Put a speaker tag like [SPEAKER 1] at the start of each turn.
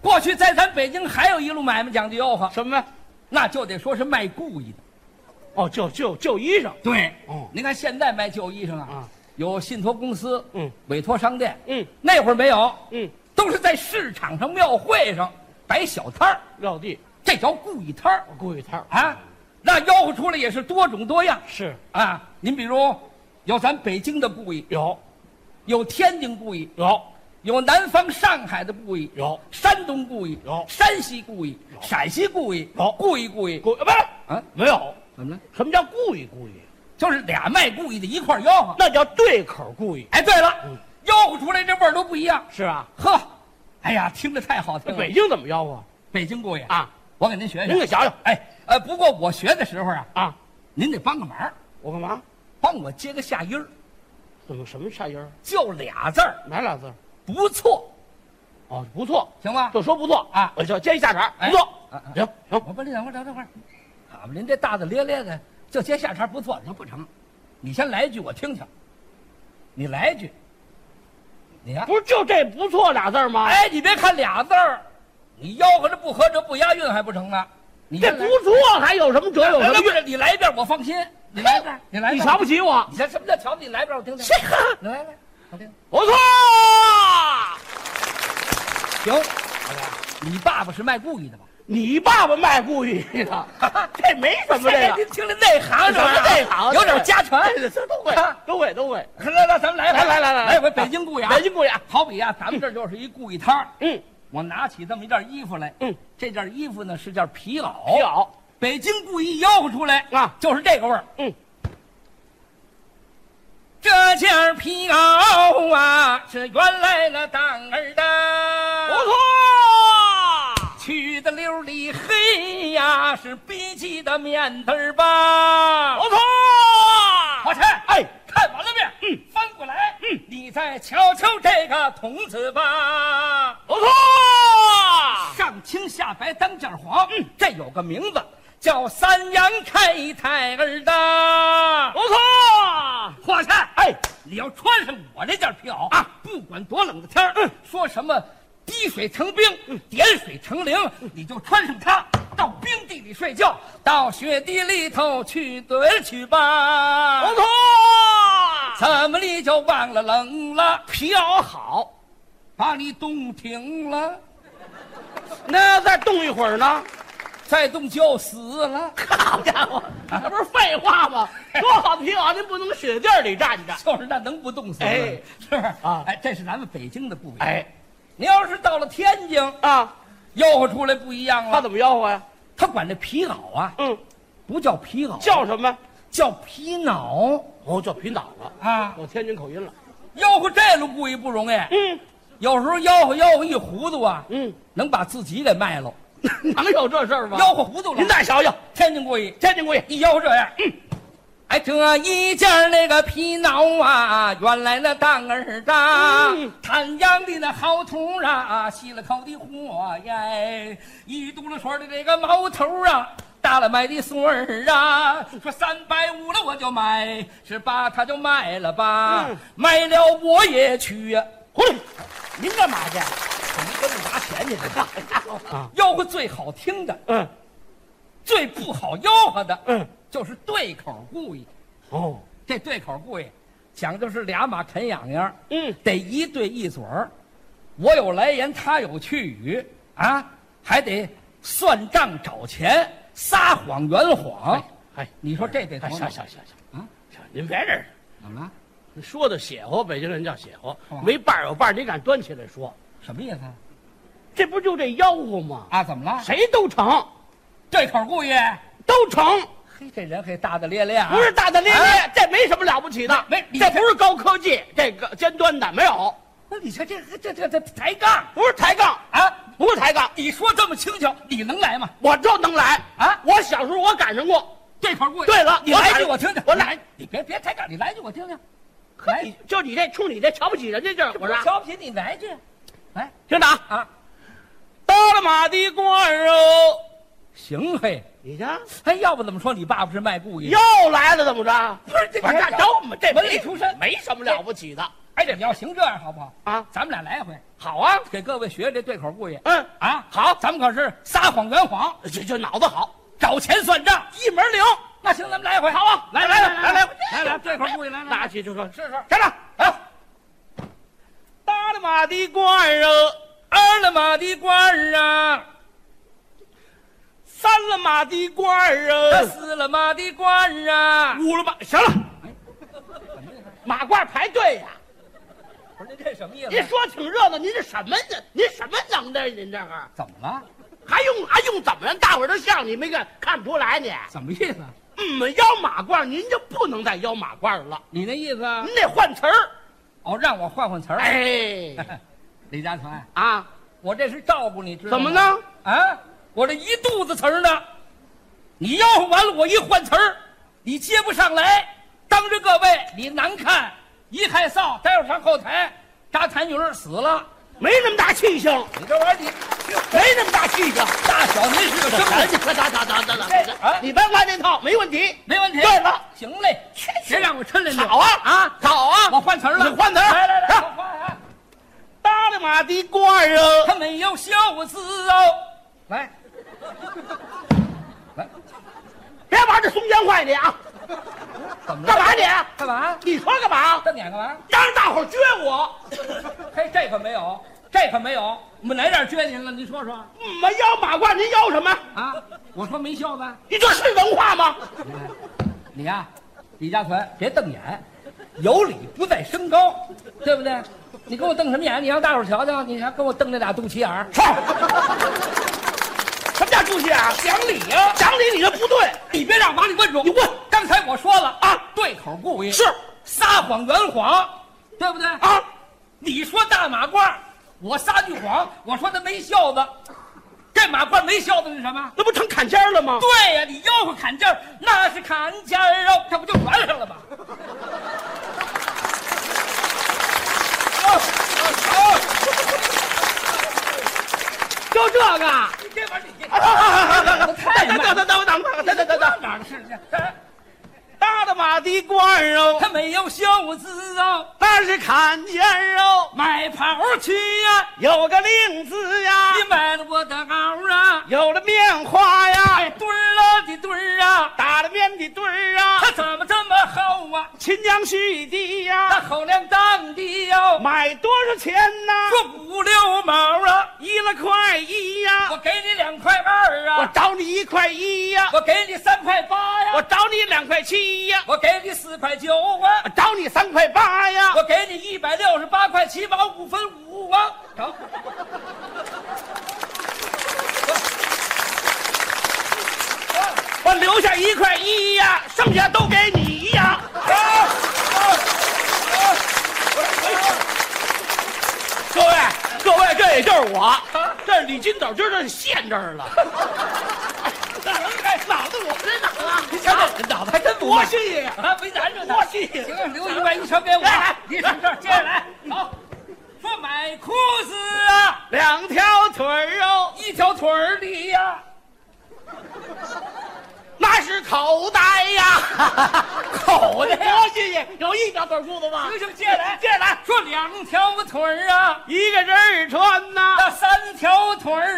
[SPEAKER 1] 过去在咱北京还有一路买卖讲究吆喝，
[SPEAKER 2] 什么？
[SPEAKER 1] 那就得说是卖故意的。
[SPEAKER 2] 哦，就就就衣裳。
[SPEAKER 1] 对，
[SPEAKER 2] 哦
[SPEAKER 1] 您看现在卖旧衣裳啊，
[SPEAKER 2] 啊
[SPEAKER 1] 有信托公司，
[SPEAKER 2] 嗯，
[SPEAKER 1] 委托商店，
[SPEAKER 2] 嗯
[SPEAKER 1] 那会儿没有，
[SPEAKER 2] 嗯，
[SPEAKER 1] 都是在市场上、庙会上摆小摊儿，
[SPEAKER 2] 绕地
[SPEAKER 1] 这叫故意摊儿
[SPEAKER 2] 故意摊儿
[SPEAKER 1] 啊。那吆喝出来也是多种多样
[SPEAKER 2] 是
[SPEAKER 1] 啊。您比如有咱北京的故意，
[SPEAKER 2] 有
[SPEAKER 1] 有天津故意，
[SPEAKER 2] 有
[SPEAKER 1] 有南方上海的故意，
[SPEAKER 2] 有
[SPEAKER 1] 山东故意，
[SPEAKER 2] 有
[SPEAKER 1] 山西故意，陕西故意，
[SPEAKER 2] 有
[SPEAKER 1] 故意故意，
[SPEAKER 2] 故呃不是
[SPEAKER 1] 啊，
[SPEAKER 2] 没有？
[SPEAKER 1] 怎么了？
[SPEAKER 2] 什么叫故意故意？
[SPEAKER 1] 就是俩卖故意的一块儿吆喝。
[SPEAKER 2] 那叫对口故意。
[SPEAKER 1] 哎，对了，吆喝出来这味儿都不一样。
[SPEAKER 2] 是啊，
[SPEAKER 1] 呵，哎呀，听着太好听
[SPEAKER 2] 那
[SPEAKER 1] 了。
[SPEAKER 2] 北京怎么吆喝
[SPEAKER 1] 北京故意，
[SPEAKER 2] 啊？
[SPEAKER 1] 我给您学
[SPEAKER 2] 您
[SPEAKER 1] 学
[SPEAKER 2] 给。想想
[SPEAKER 1] 哎，呃，不过我学的时候啊，
[SPEAKER 2] 啊，
[SPEAKER 1] 您得帮个忙，
[SPEAKER 2] 我干嘛？
[SPEAKER 1] 帮我接个下音儿，
[SPEAKER 2] 怎么什么下音儿？
[SPEAKER 1] 就俩字儿，
[SPEAKER 2] 哪俩字儿？
[SPEAKER 1] 不错，
[SPEAKER 2] 哦，不错，
[SPEAKER 1] 行吗？
[SPEAKER 2] 就说不错
[SPEAKER 1] 啊
[SPEAKER 2] 我就接一下茬儿，
[SPEAKER 1] 哎
[SPEAKER 2] 不错
[SPEAKER 1] 啊啊，
[SPEAKER 2] 行行，
[SPEAKER 1] 我不是等会儿，等会儿，好嘛，您这大大咧咧的，就接下茬不错，那不成。你先来一句，我听听。你来一句，你呀、
[SPEAKER 2] 不是就这不错俩字儿吗？，
[SPEAKER 1] 哎，你别看俩字儿，你吆喝着不合辙不押韵还不成吗？你
[SPEAKER 2] 这
[SPEAKER 1] 先
[SPEAKER 2] 不
[SPEAKER 1] 来
[SPEAKER 2] 错还有什么辙有什
[SPEAKER 1] 哎
[SPEAKER 2] 么
[SPEAKER 1] 那不
[SPEAKER 2] 韵？
[SPEAKER 1] 是你来一遍，我放心。你来一遍， 你来一
[SPEAKER 2] 你
[SPEAKER 1] 遍。
[SPEAKER 2] 瞧不起我？
[SPEAKER 1] 你先什么叫瞧不起？你来一遍，我听听。你来一遍，我听。
[SPEAKER 2] 不错，
[SPEAKER 1] 行，你爸爸是卖故意的吧？
[SPEAKER 2] 你爸爸卖故意的，这没什么这
[SPEAKER 1] 哎
[SPEAKER 2] 个。
[SPEAKER 1] 您听着内行是吧，
[SPEAKER 2] 什么内行
[SPEAKER 1] 有点家传。
[SPEAKER 2] 对对对都会
[SPEAKER 1] 啊，
[SPEAKER 2] 都会，都会。
[SPEAKER 1] 来来，咱们来一回
[SPEAKER 2] 来来来来
[SPEAKER 1] 来一回北京故意啊！
[SPEAKER 2] 北京故意啊，
[SPEAKER 1] 好比呀、咱们这儿就是一故意摊儿。
[SPEAKER 2] 嗯，
[SPEAKER 1] 我拿起这么一件衣服来，
[SPEAKER 2] 嗯，
[SPEAKER 1] 这件衣服呢是件皮袄，
[SPEAKER 2] 皮袄
[SPEAKER 1] 北京故意吆喝出来
[SPEAKER 2] 啊
[SPEAKER 1] 就是这个味儿。
[SPEAKER 2] 嗯，
[SPEAKER 1] 这件皮袄啊是原来那当儿的，
[SPEAKER 2] 不错，
[SPEAKER 1] 去的溜里黑呀，是逼急的面子儿吧。
[SPEAKER 2] 不错。
[SPEAKER 1] 我去，
[SPEAKER 2] 哦哎，
[SPEAKER 1] 看完了没？嗯，翻过来，嗯，你再瞧瞧这个童子吧。
[SPEAKER 2] 不错，
[SPEAKER 1] 上青下白当件黄，嗯，这有个名字叫三阳开泰儿的。
[SPEAKER 2] 不错。
[SPEAKER 1] 华夏，
[SPEAKER 2] 哎，
[SPEAKER 1] 你要穿上我这件皮袄啊，不管多冷的天儿，嗯，说什么滴水成冰，
[SPEAKER 2] 嗯
[SPEAKER 1] 点水成灵，你就穿上它，到冰地里睡觉，到雪地里头去堆去吧。
[SPEAKER 2] 不错。啊
[SPEAKER 1] 怎么你就忘了冷了，
[SPEAKER 2] 皮袄好，
[SPEAKER 1] 把你冻停了，
[SPEAKER 2] 那再冻一会儿呢？
[SPEAKER 1] 再冻就死了。
[SPEAKER 2] 好家 伙，那不是废话吗？多好的皮袄，您不能雪地儿里站着。
[SPEAKER 1] 就是那能不冻死吗？
[SPEAKER 2] 哎
[SPEAKER 1] 是不是
[SPEAKER 2] 啊
[SPEAKER 1] 哎，这是咱们北京的故意。
[SPEAKER 2] 哎，
[SPEAKER 1] 您要是到了天津，
[SPEAKER 2] 啊，
[SPEAKER 1] 吆喝出来不一样
[SPEAKER 2] 他
[SPEAKER 1] 了。
[SPEAKER 2] 怎么吆喝呀？
[SPEAKER 1] 他管这皮袄啊，
[SPEAKER 2] 嗯，
[SPEAKER 1] 不叫皮袄，
[SPEAKER 2] 叫什么？
[SPEAKER 1] 叫皮袄
[SPEAKER 2] 哦，叫皮脑了。
[SPEAKER 1] 啊。
[SPEAKER 2] 我天津口音了。
[SPEAKER 1] 吆喝这路故意不容易，
[SPEAKER 2] 嗯
[SPEAKER 1] 有时候吆喝吆喝一糊涂啊，
[SPEAKER 2] 嗯，
[SPEAKER 1] 能把自己给卖了。
[SPEAKER 2] 能有这事儿吗？
[SPEAKER 1] 吆喝糊涂了，
[SPEAKER 2] 您再瞧瞧，
[SPEAKER 1] 天津故意。
[SPEAKER 2] 天津故意。
[SPEAKER 1] 一腰这样，嗯，哎，这一件那个皮袄啊，原来那当儿的，
[SPEAKER 2] 嗯
[SPEAKER 1] 滩阳的那好土啊，吸了口的火呀，一嘟噜水的这个毛头啊。大了买的孙儿啊，说三百五了我就买，是把它就卖了吧，
[SPEAKER 2] 嗯
[SPEAKER 1] 卖了我也去呀。
[SPEAKER 2] 回来。
[SPEAKER 1] 您干嘛去？我们跟着拿钱去
[SPEAKER 2] 啊
[SPEAKER 1] 吆喝最好听的，
[SPEAKER 2] 嗯
[SPEAKER 1] 最不好吆喝的，
[SPEAKER 2] 嗯。
[SPEAKER 1] 就是对口故意。
[SPEAKER 2] 哦。
[SPEAKER 1] 这对口故意，讲究是俩马啃痒痒，
[SPEAKER 2] 嗯，
[SPEAKER 1] 得一对一嘴儿。我有来言，他有去语啊，还得算账找钱，撒谎圆谎。
[SPEAKER 2] 哎，
[SPEAKER 1] 你说这得多
[SPEAKER 2] 哎
[SPEAKER 1] 么
[SPEAKER 2] 行行行行
[SPEAKER 1] 啊
[SPEAKER 2] 啊，行您别这儿，
[SPEAKER 1] 怎么了？
[SPEAKER 2] 您说的邪乎，北京人叫邪乎
[SPEAKER 1] 哦，
[SPEAKER 2] 没伴儿有伴儿，你敢端起来说，
[SPEAKER 1] 什么意思啊
[SPEAKER 2] 这不就这吆喝吗？
[SPEAKER 1] 啊？怎么了？
[SPEAKER 2] 谁都成，
[SPEAKER 1] 对口故意？
[SPEAKER 2] 都成，
[SPEAKER 1] 嘿，这人可大大咧咧啊！
[SPEAKER 2] 不是大大咧
[SPEAKER 1] 啊
[SPEAKER 2] 咧，这没什么了不起的，
[SPEAKER 1] 没没
[SPEAKER 2] 这不是高科技，这个尖端的没有，
[SPEAKER 1] 那你说这这这这抬杠
[SPEAKER 2] 不是抬杠，
[SPEAKER 1] 啊？
[SPEAKER 2] 不是抬杠，
[SPEAKER 1] 你说这么轻巧，你能来吗？
[SPEAKER 2] 我就能来
[SPEAKER 1] 啊
[SPEAKER 2] 我小时候我赶上过，
[SPEAKER 1] 对口故意。
[SPEAKER 2] 对了
[SPEAKER 1] 你来一句
[SPEAKER 2] 我
[SPEAKER 1] 我听听。
[SPEAKER 2] 我来，
[SPEAKER 1] 你别别抬杠，你来一句我听听。
[SPEAKER 2] 可
[SPEAKER 1] 来
[SPEAKER 2] 你就你这冲你这瞧不起人家劲儿，我
[SPEAKER 1] 我
[SPEAKER 2] 说啊
[SPEAKER 1] 瞧不起你，来一句。来
[SPEAKER 2] 听着啊，
[SPEAKER 1] 啊！
[SPEAKER 2] 到了马的官儿哦，
[SPEAKER 1] 行嘿，
[SPEAKER 2] 你瞧，
[SPEAKER 1] 哎，要不怎么说你爸爸是卖故意？
[SPEAKER 2] 又来了怎么着？
[SPEAKER 1] 不是这
[SPEAKER 2] 不是，这都没这
[SPEAKER 1] 文
[SPEAKER 2] 没
[SPEAKER 1] 理出身，
[SPEAKER 2] 没什么了不起的。
[SPEAKER 1] 哎，你要行这样好不好？
[SPEAKER 2] 啊
[SPEAKER 1] 咱们俩来一回，
[SPEAKER 2] 好啊，
[SPEAKER 1] 给各位学学这对口故事。
[SPEAKER 2] 嗯
[SPEAKER 1] 啊，好，咱们可是撒谎圆谎，
[SPEAKER 2] 这这脑子好，
[SPEAKER 1] 找钱算账。
[SPEAKER 2] 一门灵。
[SPEAKER 1] 那行，咱们来一回，好啊！来来来来来来来，对口故事来来，
[SPEAKER 2] 拿起就说
[SPEAKER 1] 试试。
[SPEAKER 2] 站长，
[SPEAKER 1] 啊，
[SPEAKER 2] 打了马的官儿啊，
[SPEAKER 1] 二了马的官儿啊，
[SPEAKER 2] 三了马的官儿啊，
[SPEAKER 1] 四了马的官儿啊。
[SPEAKER 2] 五了马，行了，
[SPEAKER 1] 哎
[SPEAKER 2] 马褂排队呀、
[SPEAKER 1] 不是您这什么意啊
[SPEAKER 2] 您？说挺热闹，您这什么呢？您什么能耐？您这个
[SPEAKER 1] 怎么了？
[SPEAKER 2] 还用还用怎么了？大伙儿都像你，没看看不出来你。
[SPEAKER 1] 怎么意思？啊
[SPEAKER 2] 嗯，腰马褂，您就不能再腰马褂了，
[SPEAKER 1] 你那意思啊
[SPEAKER 2] 您得换词儿。
[SPEAKER 1] 哦，让我换换词儿。
[SPEAKER 2] 哎，
[SPEAKER 1] 李家全，
[SPEAKER 2] 啊，
[SPEAKER 1] 我这是照顾你，知道
[SPEAKER 2] 怎
[SPEAKER 1] 吗
[SPEAKER 2] 么呢？？
[SPEAKER 1] 啊，我这一肚子词儿呢，你吆喝完了，我一换词儿，你接不上来，当着各位你难看，一害臊，待会儿上后台，扎痰盂死了，
[SPEAKER 2] 没那么大气性，
[SPEAKER 1] 你这玩意儿你
[SPEAKER 2] 没那么大气性。
[SPEAKER 1] 大小您是个生人，
[SPEAKER 2] 你快打打打打
[SPEAKER 1] 啊
[SPEAKER 2] 打！你别管那套，没问题。
[SPEAKER 1] 没问题。
[SPEAKER 2] 对了，
[SPEAKER 1] 行嘞，别让我抻了你。
[SPEAKER 2] 好啊
[SPEAKER 1] 啊，
[SPEAKER 2] 好啊，
[SPEAKER 1] 我换词儿了，
[SPEAKER 2] 你换词儿
[SPEAKER 1] 来来来，
[SPEAKER 2] 啊
[SPEAKER 1] 我换啊，
[SPEAKER 2] 搭了马的官儿啊，
[SPEAKER 1] 他没有孝子哦，来， 来，
[SPEAKER 2] 别玩这松江话你啊！
[SPEAKER 1] 怎么了
[SPEAKER 2] 干？嘛你？
[SPEAKER 1] 干嘛？
[SPEAKER 2] 你说干嘛？
[SPEAKER 1] 瞪眼干嘛？
[SPEAKER 2] 让着大伙儿撅我，
[SPEAKER 1] 嘿，这可没有，这可没有，我们来这儿撅您了，您说说
[SPEAKER 2] 没腰嗯马褂，您腰什么？
[SPEAKER 1] 啊？我说没孝子，
[SPEAKER 2] 你这是文化吗？
[SPEAKER 1] 你呀、李家存，别瞪眼，有理不在身高，对不对？你跟我瞪什么眼？你让大伙儿瞧瞧，你还跟我瞪那俩肚脐眼儿，
[SPEAKER 2] 操！什么叫出息啊？
[SPEAKER 1] 讲理呀、
[SPEAKER 2] 讲理你这不对，
[SPEAKER 1] 你别让法理问住，
[SPEAKER 2] 你问
[SPEAKER 1] 刚才我说了啊，对口故意
[SPEAKER 2] 是
[SPEAKER 1] 撒谎圆谎，对不对啊？
[SPEAKER 2] 啊？
[SPEAKER 1] 你说大马褂，我撒句谎，我说他没孝子，这马褂没孝子是什么？
[SPEAKER 2] 那不成砍尖儿了吗？
[SPEAKER 1] 对呀、你吆喝砍价儿，那是砍价儿哦，这不就圆上了吗？
[SPEAKER 2] 就这个。
[SPEAKER 1] 你这玩意儿你
[SPEAKER 2] 太等等等等等等等等等等，
[SPEAKER 1] 哪儿的事情？哎
[SPEAKER 2] 大的马的官儿哦，
[SPEAKER 1] 他没有袖子哦，
[SPEAKER 2] 那是砍尖儿哦，
[SPEAKER 1] 买袍去呀、
[SPEAKER 2] 有个令字呀，
[SPEAKER 1] 你买了我的袄啊，
[SPEAKER 2] 有了面花
[SPEAKER 1] 哎，
[SPEAKER 2] 呀，
[SPEAKER 1] 墩儿了的墩儿啊，
[SPEAKER 2] 打了面的墩儿啊，
[SPEAKER 1] 他怎么这么厚啊？
[SPEAKER 2] 秦江续
[SPEAKER 1] 他
[SPEAKER 2] 地呀，
[SPEAKER 1] 厚量当的哟，
[SPEAKER 2] 买多少钱呐？
[SPEAKER 1] 说五六毛啊，
[SPEAKER 2] 一了块一呀，
[SPEAKER 1] 我给你两块二
[SPEAKER 2] 我
[SPEAKER 1] 啊，
[SPEAKER 2] 找你一块一呀，
[SPEAKER 1] 我给你三块八呀、
[SPEAKER 2] 我找你两块七呀，
[SPEAKER 1] 我给你四块九啊
[SPEAKER 2] 我。找你三块八呀，
[SPEAKER 1] 我给你一百六十八块七毛五分五啊！成。
[SPEAKER 2] 我留下一块一呀，剩下都给你呀。各位，各位，这也就是我，这是李金斗今儿这陷这儿了。哎脑子我这哪了？你瞧这脑子还真
[SPEAKER 1] 多
[SPEAKER 2] 多细呀！
[SPEAKER 1] 啊，没难着呢
[SPEAKER 2] 多细呀！
[SPEAKER 1] 行了，留一块一全给我
[SPEAKER 2] 来来。
[SPEAKER 1] 你上这儿接着来。好，说买裤子啊，
[SPEAKER 2] 两条腿儿哦，
[SPEAKER 1] 一条腿儿的呀，
[SPEAKER 2] 那是口袋 呀，口袋多细呀！有一条腿裤子吗？
[SPEAKER 1] 行行，接着来。
[SPEAKER 2] 接着来，
[SPEAKER 1] 说两条腿儿啊，
[SPEAKER 2] 一个人儿穿呐，
[SPEAKER 1] 那三条腿儿
[SPEAKER 2] 啊 哎